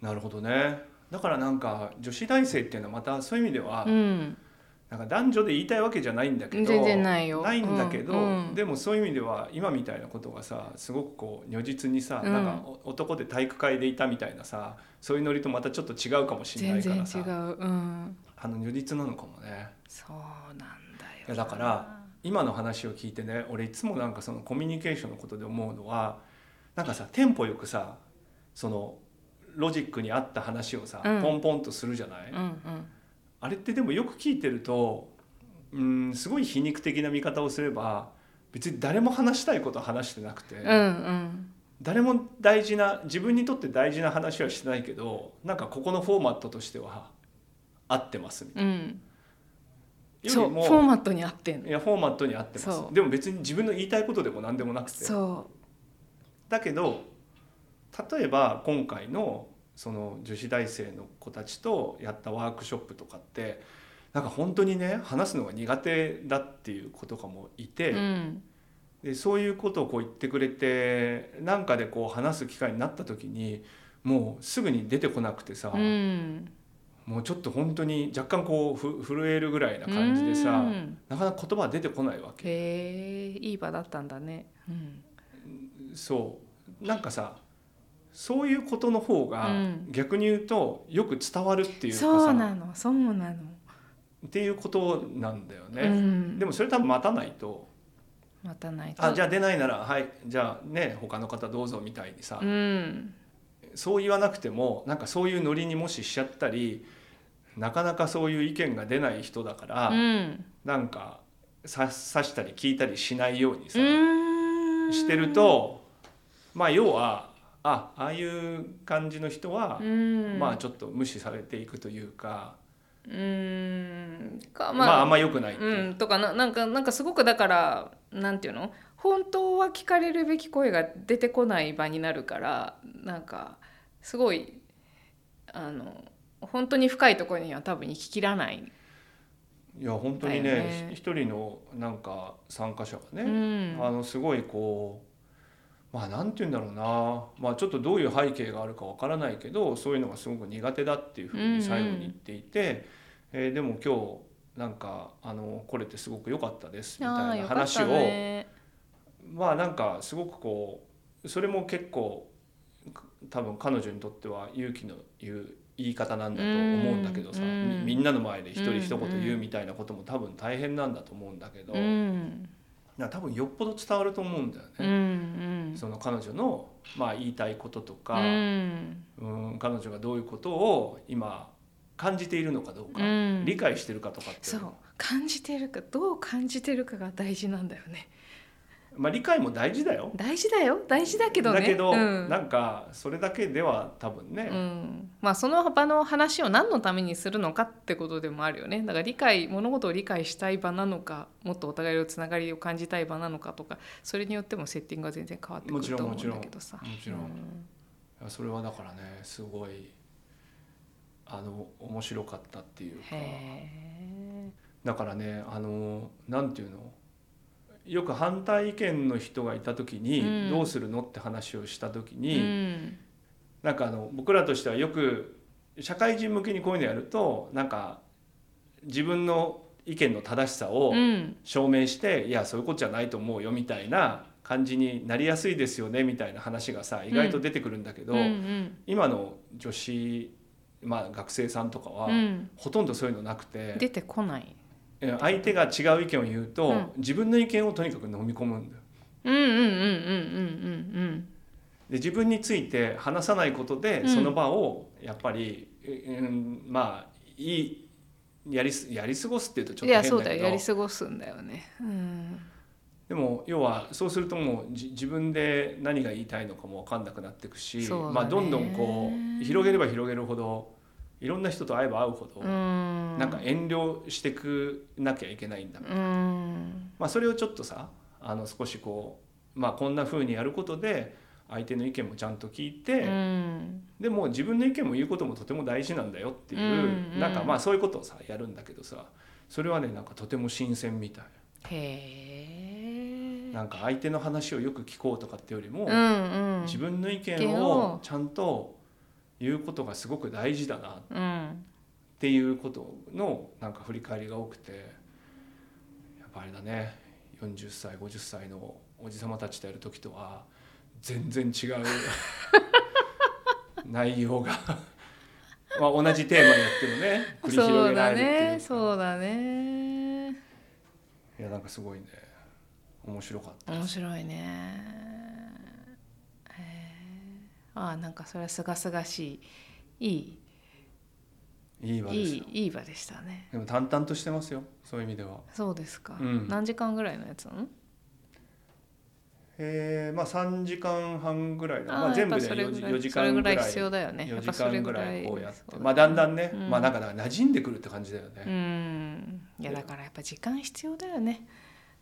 [SPEAKER 2] なるほどねだからなんか女子大生っていうのはまたそういう意味では、
[SPEAKER 3] う、うん、
[SPEAKER 2] なんか男女で言いたいわけじゃないんだけど
[SPEAKER 3] 全然ないよ
[SPEAKER 2] ないんだけど、
[SPEAKER 3] うんうん
[SPEAKER 2] でもそういう意味では今みたいなことがさすごくこう如実にさ、
[SPEAKER 3] うん
[SPEAKER 2] なんかお男で体育会でいたみたいなさそういうノリとまたちょっと違うかもしれな
[SPEAKER 3] 全
[SPEAKER 2] いか
[SPEAKER 3] 然違
[SPEAKER 2] ら
[SPEAKER 3] う
[SPEAKER 2] さ、
[SPEAKER 3] うん、
[SPEAKER 2] あの如実なのかもね。
[SPEAKER 3] そうなんだよ
[SPEAKER 2] いやだから今の話を聞いてね俺いつもなんかそのコミュニケーションのことで思うのはなんかさテンポよくさそのロジックに合った話をさ、
[SPEAKER 3] うん
[SPEAKER 2] ポンポンとするじゃない、
[SPEAKER 3] うんうん
[SPEAKER 2] あれってでもよく聞いてるとうんすごい皮肉的な見方をすれば別に誰も話したいことは話してなくて、
[SPEAKER 3] うんうん
[SPEAKER 2] 誰も大事な自分にとって大事な話はしてないけどなんかここのフォーマットとしては合ってますみたい
[SPEAKER 3] うん、
[SPEAKER 2] な
[SPEAKER 3] そ
[SPEAKER 2] よ
[SPEAKER 3] う
[SPEAKER 2] り
[SPEAKER 3] フ
[SPEAKER 2] も
[SPEAKER 3] ォーマットに合ってんの
[SPEAKER 2] いやフォーマットに合ってま
[SPEAKER 3] そ
[SPEAKER 2] す
[SPEAKER 3] う
[SPEAKER 2] でも別に自分の言いたいことでも何でもなくて
[SPEAKER 3] そ、
[SPEAKER 2] だけど例えば今回のその女子大生の子たちとやったワークショップとかってなんか本当にね話すのが苦手だっていう子とかもいうて、
[SPEAKER 3] うん、
[SPEAKER 2] でそういうことをこう言ってくれてなんかでこう話す機会になった時にもうすぐに出てこなくてさ、
[SPEAKER 3] うん、
[SPEAKER 2] もうちょっと本当に若干こうふ震えるぐらいな感じでさ、
[SPEAKER 3] うん
[SPEAKER 2] なかなか言葉は出てこないわけ。
[SPEAKER 3] へえいい場だったんだね、うん、
[SPEAKER 2] そうなんかさそういうことの方が
[SPEAKER 3] うん
[SPEAKER 2] 逆に言うとよく伝わるっていうかさ、
[SPEAKER 3] そうなのそうなの、
[SPEAKER 2] っていうことなんだよ
[SPEAKER 3] う
[SPEAKER 2] ね、
[SPEAKER 3] ん、
[SPEAKER 2] でもそれ多分待たないと
[SPEAKER 3] 待たないと
[SPEAKER 2] あじゃあ出ないならはいじゃあね他の方どうぞみたいにさ、
[SPEAKER 3] うん
[SPEAKER 2] そう言わなくてもなんかそういうノリにもししちゃったりなかなかそういう意見が出ない人だから、
[SPEAKER 3] うん
[SPEAKER 2] なんかさ刺したり聞いたりしないようにさ、
[SPEAKER 3] うん
[SPEAKER 2] してるとまあ要はあああいう感じの人は
[SPEAKER 3] う、ん
[SPEAKER 2] まあちょっと無視されていくというか、
[SPEAKER 3] うんか
[SPEAKER 2] まあ、あんま良くないっていうう、
[SPEAKER 3] ん、とかななんかなんかすごくだからなんていうの本当は聞かれるべき声が出てこない場になるからなんかすごいあの本当に深いところには多分行ききらない、
[SPEAKER 2] いや本当に
[SPEAKER 3] だよ
[SPEAKER 2] ね
[SPEAKER 3] ね
[SPEAKER 2] ひ一人のなんか参加者が
[SPEAKER 3] う
[SPEAKER 2] ね、
[SPEAKER 3] ん
[SPEAKER 2] あのすごいこうまあなんて言うんだろうな、まあ、ちょっとどういう背景があるかわからないけどそういうのがすごく苦手だっていうふう
[SPEAKER 3] うんうん
[SPEAKER 2] に最後に言っていて、えーでも今日なんかあの来れてすごく良かったですみ
[SPEAKER 3] あ
[SPEAKER 2] た
[SPEAKER 3] ー
[SPEAKER 2] いな
[SPEAKER 3] よかっ
[SPEAKER 2] 話
[SPEAKER 3] た
[SPEAKER 2] を、
[SPEAKER 3] ね
[SPEAKER 2] まあなんかすごくこうそれも結構多分彼女にとっては勇気の言う言い方なんだと思うんだけどさ、
[SPEAKER 3] うん
[SPEAKER 2] みみんなの前で一人一
[SPEAKER 3] うん
[SPEAKER 2] 言言うみたいなことも多分大変なんだと思うんだけど、
[SPEAKER 3] うん
[SPEAKER 2] なんか多分よっぽど伝わると思うんだよ
[SPEAKER 3] うんう
[SPEAKER 2] ね。
[SPEAKER 3] ん
[SPEAKER 2] その彼女の、まあ、言いたいこととか、
[SPEAKER 3] うん
[SPEAKER 2] うん彼女がどういうことを今感じているのかどうか、
[SPEAKER 3] うん
[SPEAKER 2] 理解してるかとかって
[SPEAKER 3] そう感じてるかどう感じてるかが大事なんだよね
[SPEAKER 2] まあ、理解も大事だよ。
[SPEAKER 3] 大事だよ大事だけどね
[SPEAKER 2] だけど、
[SPEAKER 3] うん
[SPEAKER 2] なんかそれだけでは多分ね、
[SPEAKER 3] うんまあ、その場の話を何のためにするのかってことでもあるよねだから理解物事を理解したい場なのかもっとお互いのつながりを感じたい場なのかとかそれによってもセッティングが全然変わってくると思うんだけどさ
[SPEAKER 2] もちろんもちいやそれはだからねすごいあの面白かったっていう
[SPEAKER 3] うん
[SPEAKER 2] か
[SPEAKER 3] へ
[SPEAKER 2] だからねあのなんていうのよく反対意見の人がいた時に、
[SPEAKER 3] うん
[SPEAKER 2] どうするのって話をした時
[SPEAKER 3] え
[SPEAKER 2] に、なんかあの僕らとしてはよく社会人向けにこういうのやるとなんか自分の意見の正しさを
[SPEAKER 3] うんうん
[SPEAKER 2] 証明して、いやそういうことじゃないと思うよみたいな感じになりやすいですよねみたいな話がさ意外と出てくるんだけど。
[SPEAKER 3] うんうん
[SPEAKER 2] 今の女子、まあ、学生さんとかは、
[SPEAKER 3] うん
[SPEAKER 2] ほとんどそういうのなくて
[SPEAKER 3] 出てこない
[SPEAKER 2] え相手が違う意見を言うと、
[SPEAKER 3] うん
[SPEAKER 2] 自分の意見をとにかく飲み込むんだよ。
[SPEAKER 3] うんうんうんうんうん
[SPEAKER 2] で自分について話さないことで、
[SPEAKER 3] うん
[SPEAKER 2] その場をやっぱり、えうんまあいいやりすやり過ごすっていうとち
[SPEAKER 3] う
[SPEAKER 2] ょ
[SPEAKER 3] んい
[SPEAKER 2] っと
[SPEAKER 3] や
[SPEAKER 2] 変
[SPEAKER 3] そう
[SPEAKER 2] だ
[SPEAKER 3] だ
[SPEAKER 2] け
[SPEAKER 3] よ
[SPEAKER 2] ど
[SPEAKER 3] やり過ごすんだよねうん
[SPEAKER 2] でも要はそうするともうじ自分で何が言いたいのかも分かんなくなっていくし、
[SPEAKER 3] そうだね
[SPEAKER 2] まあ、どんどんこう広げれば広げるほどいろんな人と会えば会うほど、
[SPEAKER 3] うん
[SPEAKER 2] なんか遠慮してくなきゃいけないんだ、
[SPEAKER 3] うん
[SPEAKER 2] まあ、それをちょっとさあの少しこう、まあ、こんな風にやることで相手の意見もちゃんと聞いうて、
[SPEAKER 3] ん
[SPEAKER 2] でも自分の意見も言うこともとても大事なんだよっていう、
[SPEAKER 3] うんうん
[SPEAKER 2] なんかまあそういうことをさやるんだけどさそれはねなんかとても新鮮みたい
[SPEAKER 3] へえ。
[SPEAKER 2] なんか相手の話をよく聞こうとかってよりも、
[SPEAKER 3] うんうん、
[SPEAKER 2] 自分の意見をちゃんと言うことがすごく大事だなっ
[SPEAKER 3] うん
[SPEAKER 2] ていうことのなんか振り返りが多くてやっぱあれだね40歳50歳のおじ様たちとやる時とは全然違 う内容がまあ同じテーマでやってもね繰り
[SPEAKER 3] そ
[SPEAKER 2] 広
[SPEAKER 3] う
[SPEAKER 2] げら
[SPEAKER 3] だ
[SPEAKER 2] れるっていう
[SPEAKER 3] ねそうだね
[SPEAKER 2] いやなんかすごいね面白かった
[SPEAKER 3] 面白いねへえああなんかそれはすがすがしいいい
[SPEAKER 2] いい場
[SPEAKER 3] い
[SPEAKER 2] ですよ
[SPEAKER 3] いいい場でしたね
[SPEAKER 2] でも淡々としてますよそういう意味では
[SPEAKER 3] そうですか、
[SPEAKER 2] うん
[SPEAKER 3] 何時間ぐらいのやつなの
[SPEAKER 2] えーまあ、3時間半ぐらいだ、ま
[SPEAKER 3] ー
[SPEAKER 2] あ、全部で
[SPEAKER 3] やっぱそれぐらい
[SPEAKER 2] 4時間ぐら
[SPEAKER 3] それぐ
[SPEAKER 2] い
[SPEAKER 3] らい必要だよね。や
[SPEAKER 2] 4
[SPEAKER 3] っ
[SPEAKER 2] 時
[SPEAKER 3] ぱそれ
[SPEAKER 2] 間
[SPEAKER 3] ぐ
[SPEAKER 2] ぐ
[SPEAKER 3] ら
[SPEAKER 2] ら
[SPEAKER 3] い
[SPEAKER 2] いこうやって、
[SPEAKER 3] そう
[SPEAKER 2] まあ、だんだんね、
[SPEAKER 3] うん
[SPEAKER 2] まあ、なんかだから馴染んでくるって感じだよね、
[SPEAKER 3] うん。いやだからやっぱ時間必要だよね。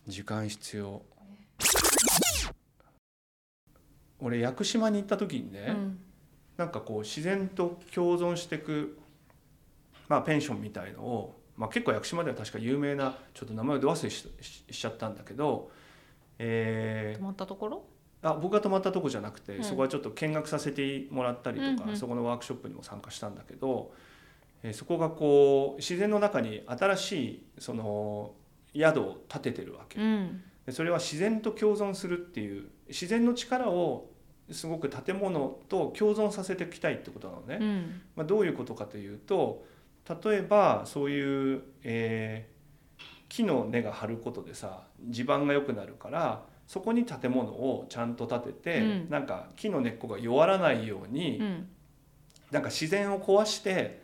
[SPEAKER 2] 時間必要俺屋久島に行った時にね、
[SPEAKER 3] うん
[SPEAKER 2] なんかこう自然と共存していく、まあ、ペンションみたいのを、まあ、結構屋久島では確か有名なちょっと名前をど忘れしししちゃったんだけど、え
[SPEAKER 3] 泊まったところ？
[SPEAKER 2] ーあ僕が泊まったとこじゃなくて、
[SPEAKER 3] うん
[SPEAKER 2] そこはちょっと見学させてもらったりとか、
[SPEAKER 3] うんうん
[SPEAKER 2] そこのワークショップにも参加したんだけど、えーそこがこう自然の中に新しいその宿を建ててるわけ。
[SPEAKER 3] うん。
[SPEAKER 2] でそれは自然と共存するっていう自然の力をすごく建物と共存させていきたいってことなのね。
[SPEAKER 3] うん。
[SPEAKER 2] まあ、どういうことかというと例えばそういう、えー木の根が張ることでさ地盤が良くなるからそこに建物をちゃんと建てて、
[SPEAKER 3] うん
[SPEAKER 2] なんか木の根っこが弱らないように、
[SPEAKER 3] うん。
[SPEAKER 2] なんか自然を壊して、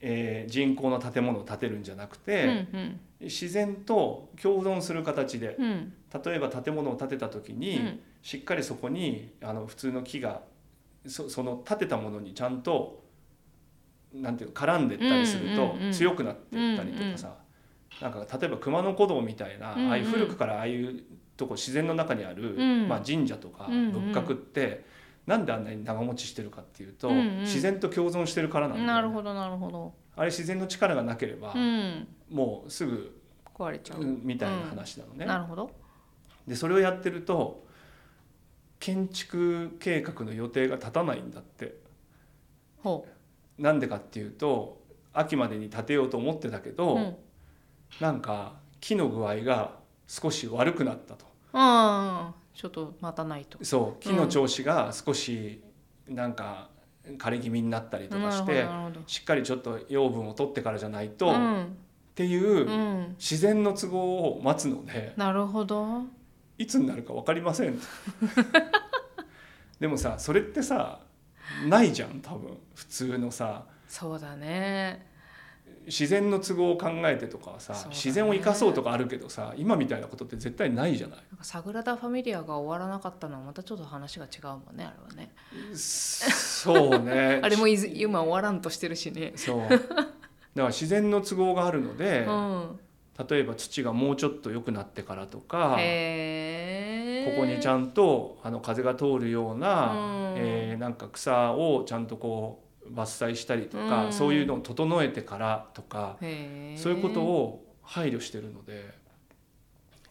[SPEAKER 2] えー人工の建物を建てるんじゃなく
[SPEAKER 3] う
[SPEAKER 2] て、
[SPEAKER 3] ん。
[SPEAKER 2] 自然と共存する形で
[SPEAKER 3] うん。
[SPEAKER 2] 例えば建物を建てた時に、
[SPEAKER 3] うん
[SPEAKER 2] しっかりそこにあの普通の木がそその建てたものにちゃんとなんていうの絡んでったりする
[SPEAKER 3] うん
[SPEAKER 2] と
[SPEAKER 3] うんうん
[SPEAKER 2] 強くなってったりとかさ、なんか例えば熊野古道みたいな、
[SPEAKER 3] うんうん
[SPEAKER 2] ああいう古くからああいうとこ自然の中にある、
[SPEAKER 3] うん
[SPEAKER 2] まあ、神社とか
[SPEAKER 3] うんうん
[SPEAKER 2] 仏閣って、なんであんなに長持ちしてるかっていうと、
[SPEAKER 3] うんうん
[SPEAKER 2] 自然と共存してるからなんだよね
[SPEAKER 3] なるほどなるほど。
[SPEAKER 2] あれ自然の力がなければ、
[SPEAKER 3] うん。
[SPEAKER 2] もうすぐ、
[SPEAKER 3] 壊れちゃ
[SPEAKER 2] う
[SPEAKER 3] う。
[SPEAKER 2] んみたいな話なのね。
[SPEAKER 3] なるほど。
[SPEAKER 2] でそれをやってると建築計画の予定が立たないんだって
[SPEAKER 3] ほ
[SPEAKER 2] なんでかっていうと秋までに建てようと思ってたけ
[SPEAKER 3] う。
[SPEAKER 2] ど、
[SPEAKER 3] うん。
[SPEAKER 2] なんか木の具合が少し悪くなったと
[SPEAKER 3] ああ、ちょっと待たないと。
[SPEAKER 2] そう木の調子が少しなんか枯れ気味になったりとかして、
[SPEAKER 3] なるほどなるほど。
[SPEAKER 2] しっかりちょっと養分を取ってからじゃないと、
[SPEAKER 3] う
[SPEAKER 2] っ
[SPEAKER 3] ん。
[SPEAKER 2] ていう、
[SPEAKER 3] うん。
[SPEAKER 2] 自然の都合を待つので
[SPEAKER 3] なるほど。
[SPEAKER 2] いつになるか分かりませんでもさそれってさないじゃん多分普通のさ
[SPEAKER 3] そうだね。
[SPEAKER 2] 自然の都合を考えてとかはさ、
[SPEAKER 3] そうだね
[SPEAKER 2] 自然を生かそうとかあるけどさ今みたいなことって絶対な いじゃない
[SPEAKER 3] なんかサグラダ・ファミリアが終わらなかったのはまたちょっと話が違うもんねあれはね。
[SPEAKER 2] そうね
[SPEAKER 3] あれもいず今終わらんとしてるしね。
[SPEAKER 2] そうだから自然の都合があるので
[SPEAKER 3] う、ん。
[SPEAKER 2] 例えば土がもうちょっと良くなってからとか
[SPEAKER 3] へ
[SPEAKER 2] こ
[SPEAKER 3] え。
[SPEAKER 2] こにちゃんとあの風が通るような、
[SPEAKER 3] うん
[SPEAKER 2] えーなんか草をちゃんとこう伐採したりとか、
[SPEAKER 3] うん
[SPEAKER 2] そういうのを整えてからとか、
[SPEAKER 3] へえ。
[SPEAKER 2] そういうことを配慮してるので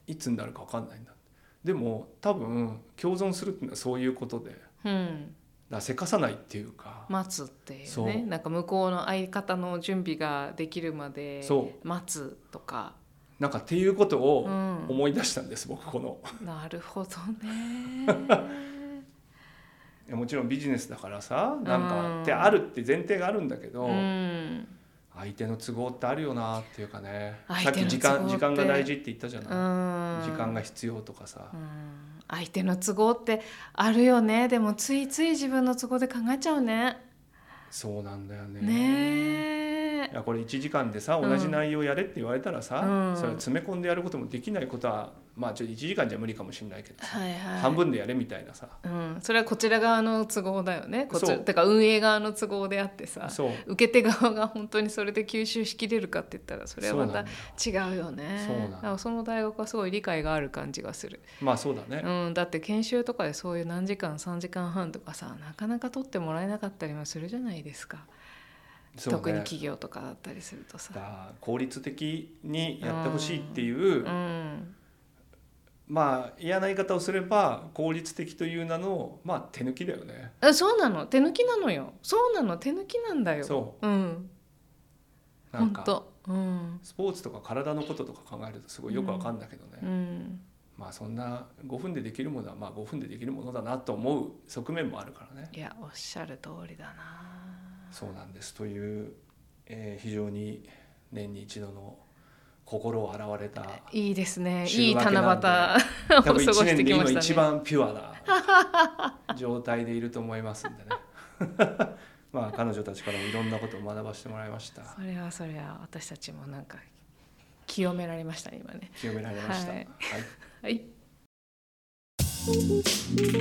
[SPEAKER 2] いつになるか分かんないんだでも多分共存するっていうのはそういうことでだか
[SPEAKER 3] うん。
[SPEAKER 2] らせかさないっていうか、
[SPEAKER 3] 待つっていう
[SPEAKER 2] そう
[SPEAKER 3] ねなんか向こうの相方の準備ができるまで
[SPEAKER 2] そ
[SPEAKER 3] 待つとか、
[SPEAKER 2] なんかっていうこと
[SPEAKER 3] う
[SPEAKER 2] を
[SPEAKER 3] ん、
[SPEAKER 2] 思い出したんです、僕この
[SPEAKER 3] なるほどね
[SPEAKER 2] いやもちろんビジネスだからさなん
[SPEAKER 3] うん
[SPEAKER 2] かってあるって前提があるんだけど、
[SPEAKER 3] うん
[SPEAKER 2] 相手の都合ってあるよなっていうかねさ
[SPEAKER 3] 相
[SPEAKER 2] っ
[SPEAKER 3] 手
[SPEAKER 2] き
[SPEAKER 3] の
[SPEAKER 2] 時
[SPEAKER 3] 都合
[SPEAKER 2] 間
[SPEAKER 3] って
[SPEAKER 2] 時間が大事って言ったじゃ
[SPEAKER 3] うん
[SPEAKER 2] ない、時間が必要とかさ、
[SPEAKER 3] うん相手の都合ってあるよねでもついつい自分の都合で考えちゃうね
[SPEAKER 2] そうなんだよね
[SPEAKER 3] ね
[SPEAKER 2] いやこれ1時間でさ同じ内容やれって言われたらさ、
[SPEAKER 3] うん
[SPEAKER 2] それ詰め込んでやることもできないことはまあちょっと1時間じゃ無理かもしれないけどさ、
[SPEAKER 3] はいはい
[SPEAKER 2] 半分でやれみたいなさ
[SPEAKER 3] うん、それはこちら側の都合だよねこち
[SPEAKER 2] そう
[SPEAKER 3] だから運営側の都合であってさ
[SPEAKER 2] そう
[SPEAKER 3] 受け手側が本当にそれで吸収しきれるかって言ったらそれは
[SPEAKER 2] そう
[SPEAKER 3] ま
[SPEAKER 2] なんだ
[SPEAKER 3] た
[SPEAKER 2] よ
[SPEAKER 3] 違うよね
[SPEAKER 2] そうなんだ
[SPEAKER 3] だからその大学はすごい理解がある感じがする、
[SPEAKER 2] まあそうだね、
[SPEAKER 3] うん、だって研修とかでそういう何時間3時間半とかさなかなか取ってもらえなかったりもするじゃないですか、
[SPEAKER 2] そうね
[SPEAKER 3] 特に企業とかだったりすると
[SPEAKER 2] だか
[SPEAKER 3] さ。
[SPEAKER 2] ら効率的にやってほしいっていう、
[SPEAKER 3] うん、
[SPEAKER 2] まあ嫌な言い方をすれば効率的という名のまあ手抜きだよね
[SPEAKER 3] あそうなの手抜きなのよそうなの手抜きなんだよ、
[SPEAKER 2] そう
[SPEAKER 3] ん、
[SPEAKER 2] うなん
[SPEAKER 3] 本
[SPEAKER 2] か
[SPEAKER 3] 当うん、
[SPEAKER 2] スポーツとか体のこととか考えるとすごいよくわかんだけどね、
[SPEAKER 3] うん、
[SPEAKER 2] まあそんな5分でできるものはまあ5分でできるものだなと思う側面もあるからね。
[SPEAKER 3] いやおっしゃる通りだな
[SPEAKER 2] そうなんですという、えー非常に年に一度の心を洗われた
[SPEAKER 3] いいですね
[SPEAKER 2] 週
[SPEAKER 3] いい
[SPEAKER 2] 明け
[SPEAKER 3] 七夕
[SPEAKER 2] な
[SPEAKER 3] を 過
[SPEAKER 2] んで
[SPEAKER 3] ご
[SPEAKER 2] 多分1
[SPEAKER 3] し
[SPEAKER 2] 年
[SPEAKER 3] て
[SPEAKER 2] で
[SPEAKER 3] きま
[SPEAKER 2] 今
[SPEAKER 3] したね
[SPEAKER 2] 一番ピュア な状態でいると思いますんでね まあ彼女たちからもいろんなことを学ばせてもらいました
[SPEAKER 3] それはそれは私たちもなんか清められましたね今ね
[SPEAKER 2] 清められました。
[SPEAKER 3] はい
[SPEAKER 2] はい
[SPEAKER 3] はい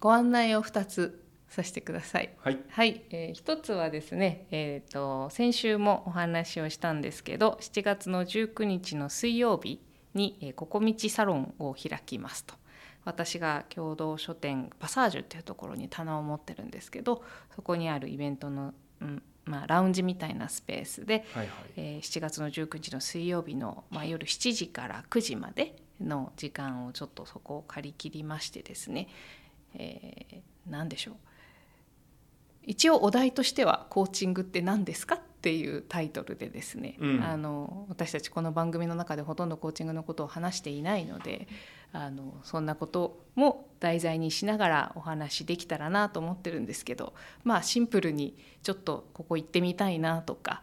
[SPEAKER 3] ご案内を2つさせてください。
[SPEAKER 2] はい
[SPEAKER 3] はい、えー一つはですね、えー、と先週もお話をしたんですけど7月の19日の水曜日に、えーここみちサロンを開きますと私が共同書店パサージュっていうところに棚を持ってるんですけどそこにあるイベントの、うんまあ、ラウンジみたいなスペースで
[SPEAKER 2] はいはい
[SPEAKER 3] えー7月の19日の水曜日の、まあ、夜7時から9時までの時間をちょっとそこを借り切りましてですね、えー何でしょう一応お題としては「コーチングって何ですか?」っていうタイトルでですね、
[SPEAKER 2] うん
[SPEAKER 3] あの私たちこの番組の中でほとんどコーチングのことを話していないのであのそんなことも題材にしながらお話できたらなと思ってるんですけどまあシンプルにちょっとここ行ってみたいなとか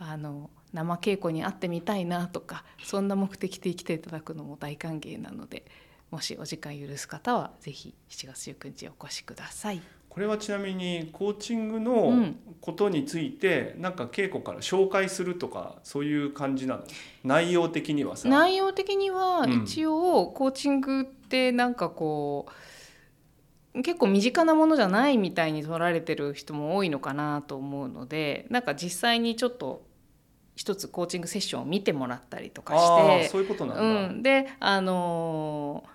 [SPEAKER 3] あの生稽古に会ってみたいなとかそんな目的で来ていただくのも大歓迎なのでもしお時間許す方はぜひ7月19日お越しください。
[SPEAKER 2] これはちなみにコーチング
[SPEAKER 3] う
[SPEAKER 2] の
[SPEAKER 3] ん
[SPEAKER 2] ことについて、なんか稽古から紹介するとかそういう感じなの内容的にはさ
[SPEAKER 3] 内容的には
[SPEAKER 2] うん
[SPEAKER 3] 一応コーチングってなんかこう、結構身近なものじゃないみたいに取られてる人も多いのかなと思うのでなんか実際にちょっと一つコーチングセッションを見てもらったりとか
[SPEAKER 2] あ
[SPEAKER 3] して
[SPEAKER 2] あそういうことなんだ、
[SPEAKER 3] うん、であのー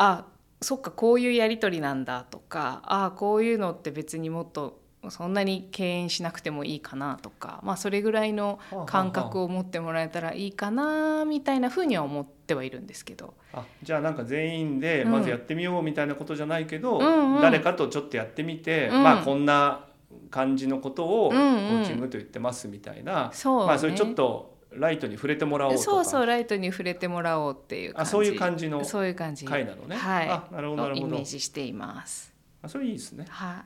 [SPEAKER 3] あそっかこういうやり取りなんだとかあこういうのって別にもっとそんなに敬遠しなくてもいいかなとか、まあ、それぐらいの感覚
[SPEAKER 2] を
[SPEAKER 3] を持ってもらえたらいいかなみたいなふうには思ってはいるんですけど
[SPEAKER 2] あじゃあなんか全員で
[SPEAKER 3] うん
[SPEAKER 2] まずやってみようみたいなことじゃないけど、
[SPEAKER 3] うんうん
[SPEAKER 2] 誰かとちょっとやってみて、
[SPEAKER 3] うん
[SPEAKER 2] まあこんな感じのことを
[SPEAKER 3] う
[SPEAKER 2] コ
[SPEAKER 3] んうん
[SPEAKER 2] ーチングと言ってますみたいな、
[SPEAKER 3] そう、ね
[SPEAKER 2] まあそれちょっとライトに触れてもらおうとか
[SPEAKER 3] そうそうライトに触れてもらおうっていう感
[SPEAKER 2] あ
[SPEAKER 3] じ
[SPEAKER 2] そういう感じの
[SPEAKER 3] そういう感じ
[SPEAKER 2] 回なのね。
[SPEAKER 3] はい
[SPEAKER 2] あなるほどな
[SPEAKER 3] を
[SPEAKER 2] る
[SPEAKER 3] イ
[SPEAKER 2] ほ
[SPEAKER 3] メ
[SPEAKER 2] ど
[SPEAKER 3] ー。ジしています。
[SPEAKER 2] あそれいいですね。
[SPEAKER 3] はい、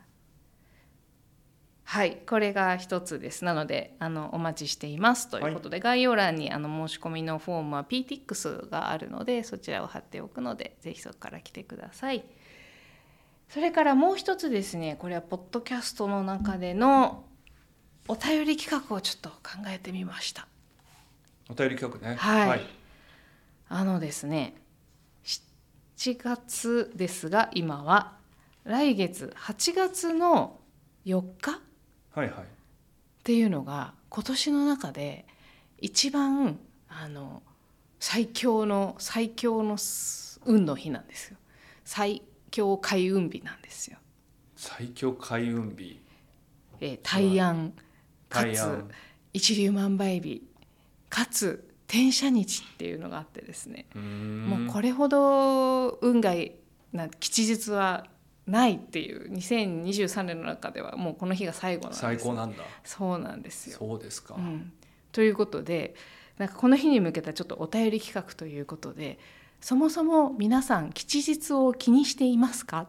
[SPEAKER 3] はい、これが一つです。なので、あのお待ちしていますということで、概要欄にあの申し込みのフォームは PTX があるので、そちらを貼っておくので、ぜひそこから来てください。それからもう一つですね、これはポッドキャストの中でのお便り企画をちょっと考えてみました。
[SPEAKER 2] お便り企画ね。
[SPEAKER 3] はいあのですね7月ですが今は来月8月の4日
[SPEAKER 2] はいはい。
[SPEAKER 3] っていうのが今年の中で一番あの最強の最強のす運の日なんですよ最強開運日なんですよ、
[SPEAKER 2] 最強開運日。
[SPEAKER 3] えー、大安か
[SPEAKER 2] 大
[SPEAKER 3] つ
[SPEAKER 2] 安
[SPEAKER 3] 一粒万倍日かつ転写日っていうのがあってですね
[SPEAKER 2] うーん
[SPEAKER 3] もうこれほど運がいいな吉日はないっていう2023年の中ではもうこの日が最後なんです
[SPEAKER 2] 最高なんだ。
[SPEAKER 3] そうなんですよ
[SPEAKER 2] そうですか。
[SPEAKER 3] うん、ということでなんかこの日に向けたちょっとお便り企画ということでそもそも皆さん吉日を気にしていますか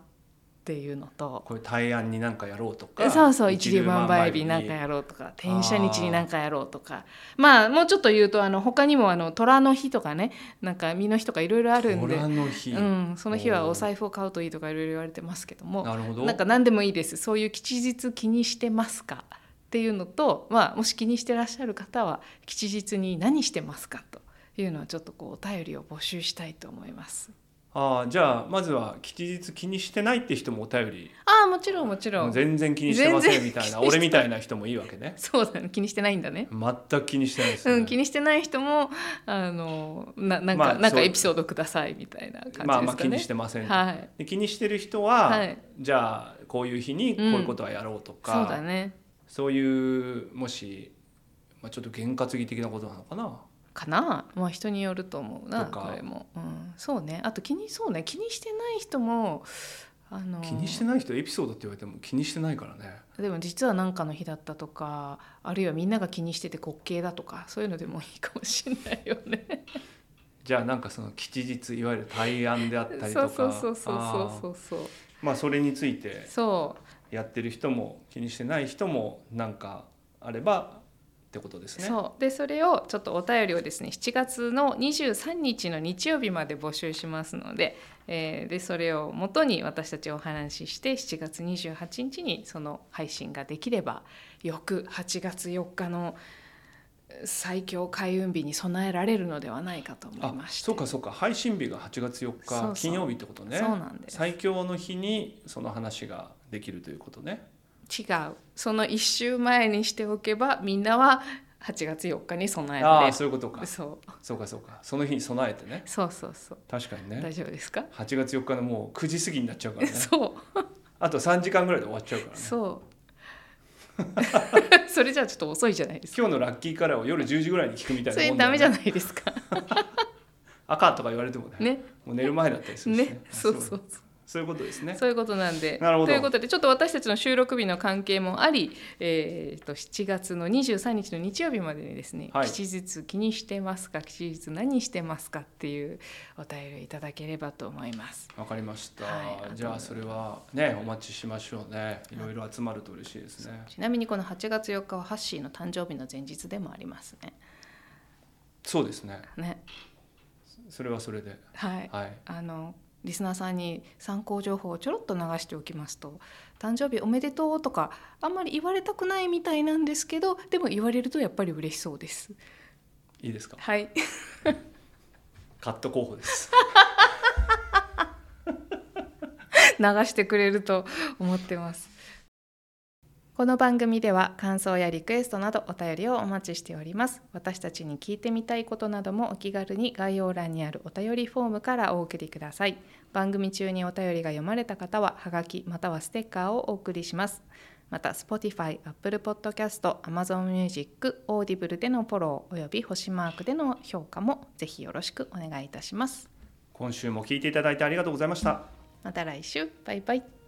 [SPEAKER 3] っていうのと
[SPEAKER 2] これ大安になんかやろうとか。
[SPEAKER 3] そうそう一粒万倍日
[SPEAKER 2] 一
[SPEAKER 3] な
[SPEAKER 2] 粒
[SPEAKER 3] んか
[SPEAKER 2] 万
[SPEAKER 3] やろうとか転写日になんかやろうとかまあもうちょっと言うとあの他にもあの虎の日とかねなんか身の日とかいろいろあるんで
[SPEAKER 2] 虎。の日。
[SPEAKER 3] うん、その日は
[SPEAKER 2] おー
[SPEAKER 3] お財布を買うといいとかいろいろ言われてますけども
[SPEAKER 2] なるほど。
[SPEAKER 3] なんか何でもいいですそういう吉日気にしてますかっていうのと、まあ、もし気にしてらっしゃる方は吉日に何してますかというのをちょっとこうお便りを募集したいと思います。
[SPEAKER 2] ああじゃあまずは吉日気にしてないって人もお便り。
[SPEAKER 3] ああもちろんもちろ
[SPEAKER 2] もうん全然気にしてませんみ
[SPEAKER 3] 全
[SPEAKER 2] た
[SPEAKER 3] 然気にして
[SPEAKER 2] いな
[SPEAKER 3] ない
[SPEAKER 2] 俺みたいな人もいいわけね。
[SPEAKER 3] そうだね気にしてないんだね。
[SPEAKER 2] 全く気にしてないです、ね。
[SPEAKER 3] うん、気にしてない人もあのななんか、
[SPEAKER 2] まあ
[SPEAKER 3] なん
[SPEAKER 2] そ
[SPEAKER 3] か
[SPEAKER 2] う
[SPEAKER 3] エピソードくださいみたいな感じですかね。
[SPEAKER 2] まあまあ気にしてませんと。
[SPEAKER 3] はい、
[SPEAKER 2] で気にしてる人は、
[SPEAKER 3] はい
[SPEAKER 2] じゃあこういう日にこういうことはやろうとか、
[SPEAKER 3] そうだね
[SPEAKER 2] そういうもし、まあ、ちょっと験担ぎ的なことなのかな
[SPEAKER 3] かな、まあ、人によると思うな
[SPEAKER 2] とか
[SPEAKER 3] これも、うん、そうねあと気にそうね気にしてない人もあの
[SPEAKER 2] 気にしてない人エピソードって言われても気にしてないからね
[SPEAKER 3] でも実は何かの日だったとかあるいはみんなが気にしてて滑稽だとかそういうのでもいいかもしれないよね。
[SPEAKER 2] じゃあなんかその吉日いわゆる対案であったり
[SPEAKER 3] そ
[SPEAKER 2] と
[SPEAKER 3] うそう
[SPEAKER 2] か
[SPEAKER 3] そうそう
[SPEAKER 2] あ
[SPEAKER 3] そ
[SPEAKER 2] ー
[SPEAKER 3] うそう
[SPEAKER 2] まあそれについて
[SPEAKER 3] そ
[SPEAKER 2] やってる人も気にしてない人もなんかあればってことです
[SPEAKER 3] う
[SPEAKER 2] ね。
[SPEAKER 3] そうでそれをちょっとお便りをですね7月の23日の日曜日まで募集しますので,、えーでそれをもとに私たちお話しして7月28日にその配信ができれば翌8月4日の最強開運日に備えられるのではないかと思い
[SPEAKER 2] あ
[SPEAKER 3] まして
[SPEAKER 2] そうかそうか配信日が8月
[SPEAKER 3] そ
[SPEAKER 2] 4
[SPEAKER 3] うそう
[SPEAKER 2] 日金曜日ってことね
[SPEAKER 3] そうなんです
[SPEAKER 2] 最強の日にその話ができるということね
[SPEAKER 3] 違うその1週前にしておけばみんなは8月4日に備えら
[SPEAKER 2] あ
[SPEAKER 3] れ
[SPEAKER 2] あ
[SPEAKER 3] る
[SPEAKER 2] そういうことか
[SPEAKER 3] そう
[SPEAKER 2] そうかそうかその日に備えてね
[SPEAKER 3] そうそうそう
[SPEAKER 2] 確かにね
[SPEAKER 3] 大丈夫ですか、
[SPEAKER 2] 8月4日のもう9時過ぎになっちゃうから ね
[SPEAKER 3] そう
[SPEAKER 2] あと3時間ぐらいで終わっちゃうからね
[SPEAKER 3] そう それじゃあちょっと遅いじゃないですか
[SPEAKER 2] 今日のラッキーカラーを夜10時ぐらいに聞くみたい
[SPEAKER 3] そ
[SPEAKER 2] な
[SPEAKER 3] れ
[SPEAKER 2] もんだ
[SPEAKER 3] ダ
[SPEAKER 2] よね
[SPEAKER 3] メじゃないです か
[SPEAKER 2] 赤とか言われてもね
[SPEAKER 3] ね
[SPEAKER 2] もう寝る前だったりするしね
[SPEAKER 3] ねそうそう
[SPEAKER 2] そういうことですね
[SPEAKER 3] そういうことなんで。
[SPEAKER 2] なるほど
[SPEAKER 3] ということでちょっと私たちの収録日の関係もあり、えー、と7月の23日の日曜日までにですね、
[SPEAKER 2] はい
[SPEAKER 3] 吉日気にしてますか吉日何してますかっていうお便りいただければと思います。
[SPEAKER 2] わかりました、
[SPEAKER 3] はい
[SPEAKER 2] じゃあそれはねお待ちしましょうねいろいろ集まると嬉しいですね
[SPEAKER 3] ちなみにこの8月4日はハッシーの誕生日の前日でもありますね。
[SPEAKER 2] そうですね
[SPEAKER 3] ね
[SPEAKER 2] それはそれで
[SPEAKER 3] はい、
[SPEAKER 2] はい
[SPEAKER 3] あのリスナーさんに参考情報をちょろっと流しておきますと「誕生日おめでとう」とかあんまり言われたくないみたいなんですけどでも言われるとやっぱり嬉しそうです。
[SPEAKER 2] いいですか
[SPEAKER 3] はい
[SPEAKER 2] カット候補です
[SPEAKER 3] 流してくれると思ってますこの番組では感想やリクエストなどお便りをお待ちしております私たちに聞いてみたいことなどもお気軽に概要欄にあるお便りフォームからお送りください番組中にお便りが読まれた方はハガキまたはステッカーをお送りしますまた Spotify、Apple Podcast、Amazon Music、Audible でのフォローおよび星マークでの評価もぜひよろしくお願いいたします
[SPEAKER 2] 今週も聞いていただいてありがとうございました
[SPEAKER 3] また来週バイバイ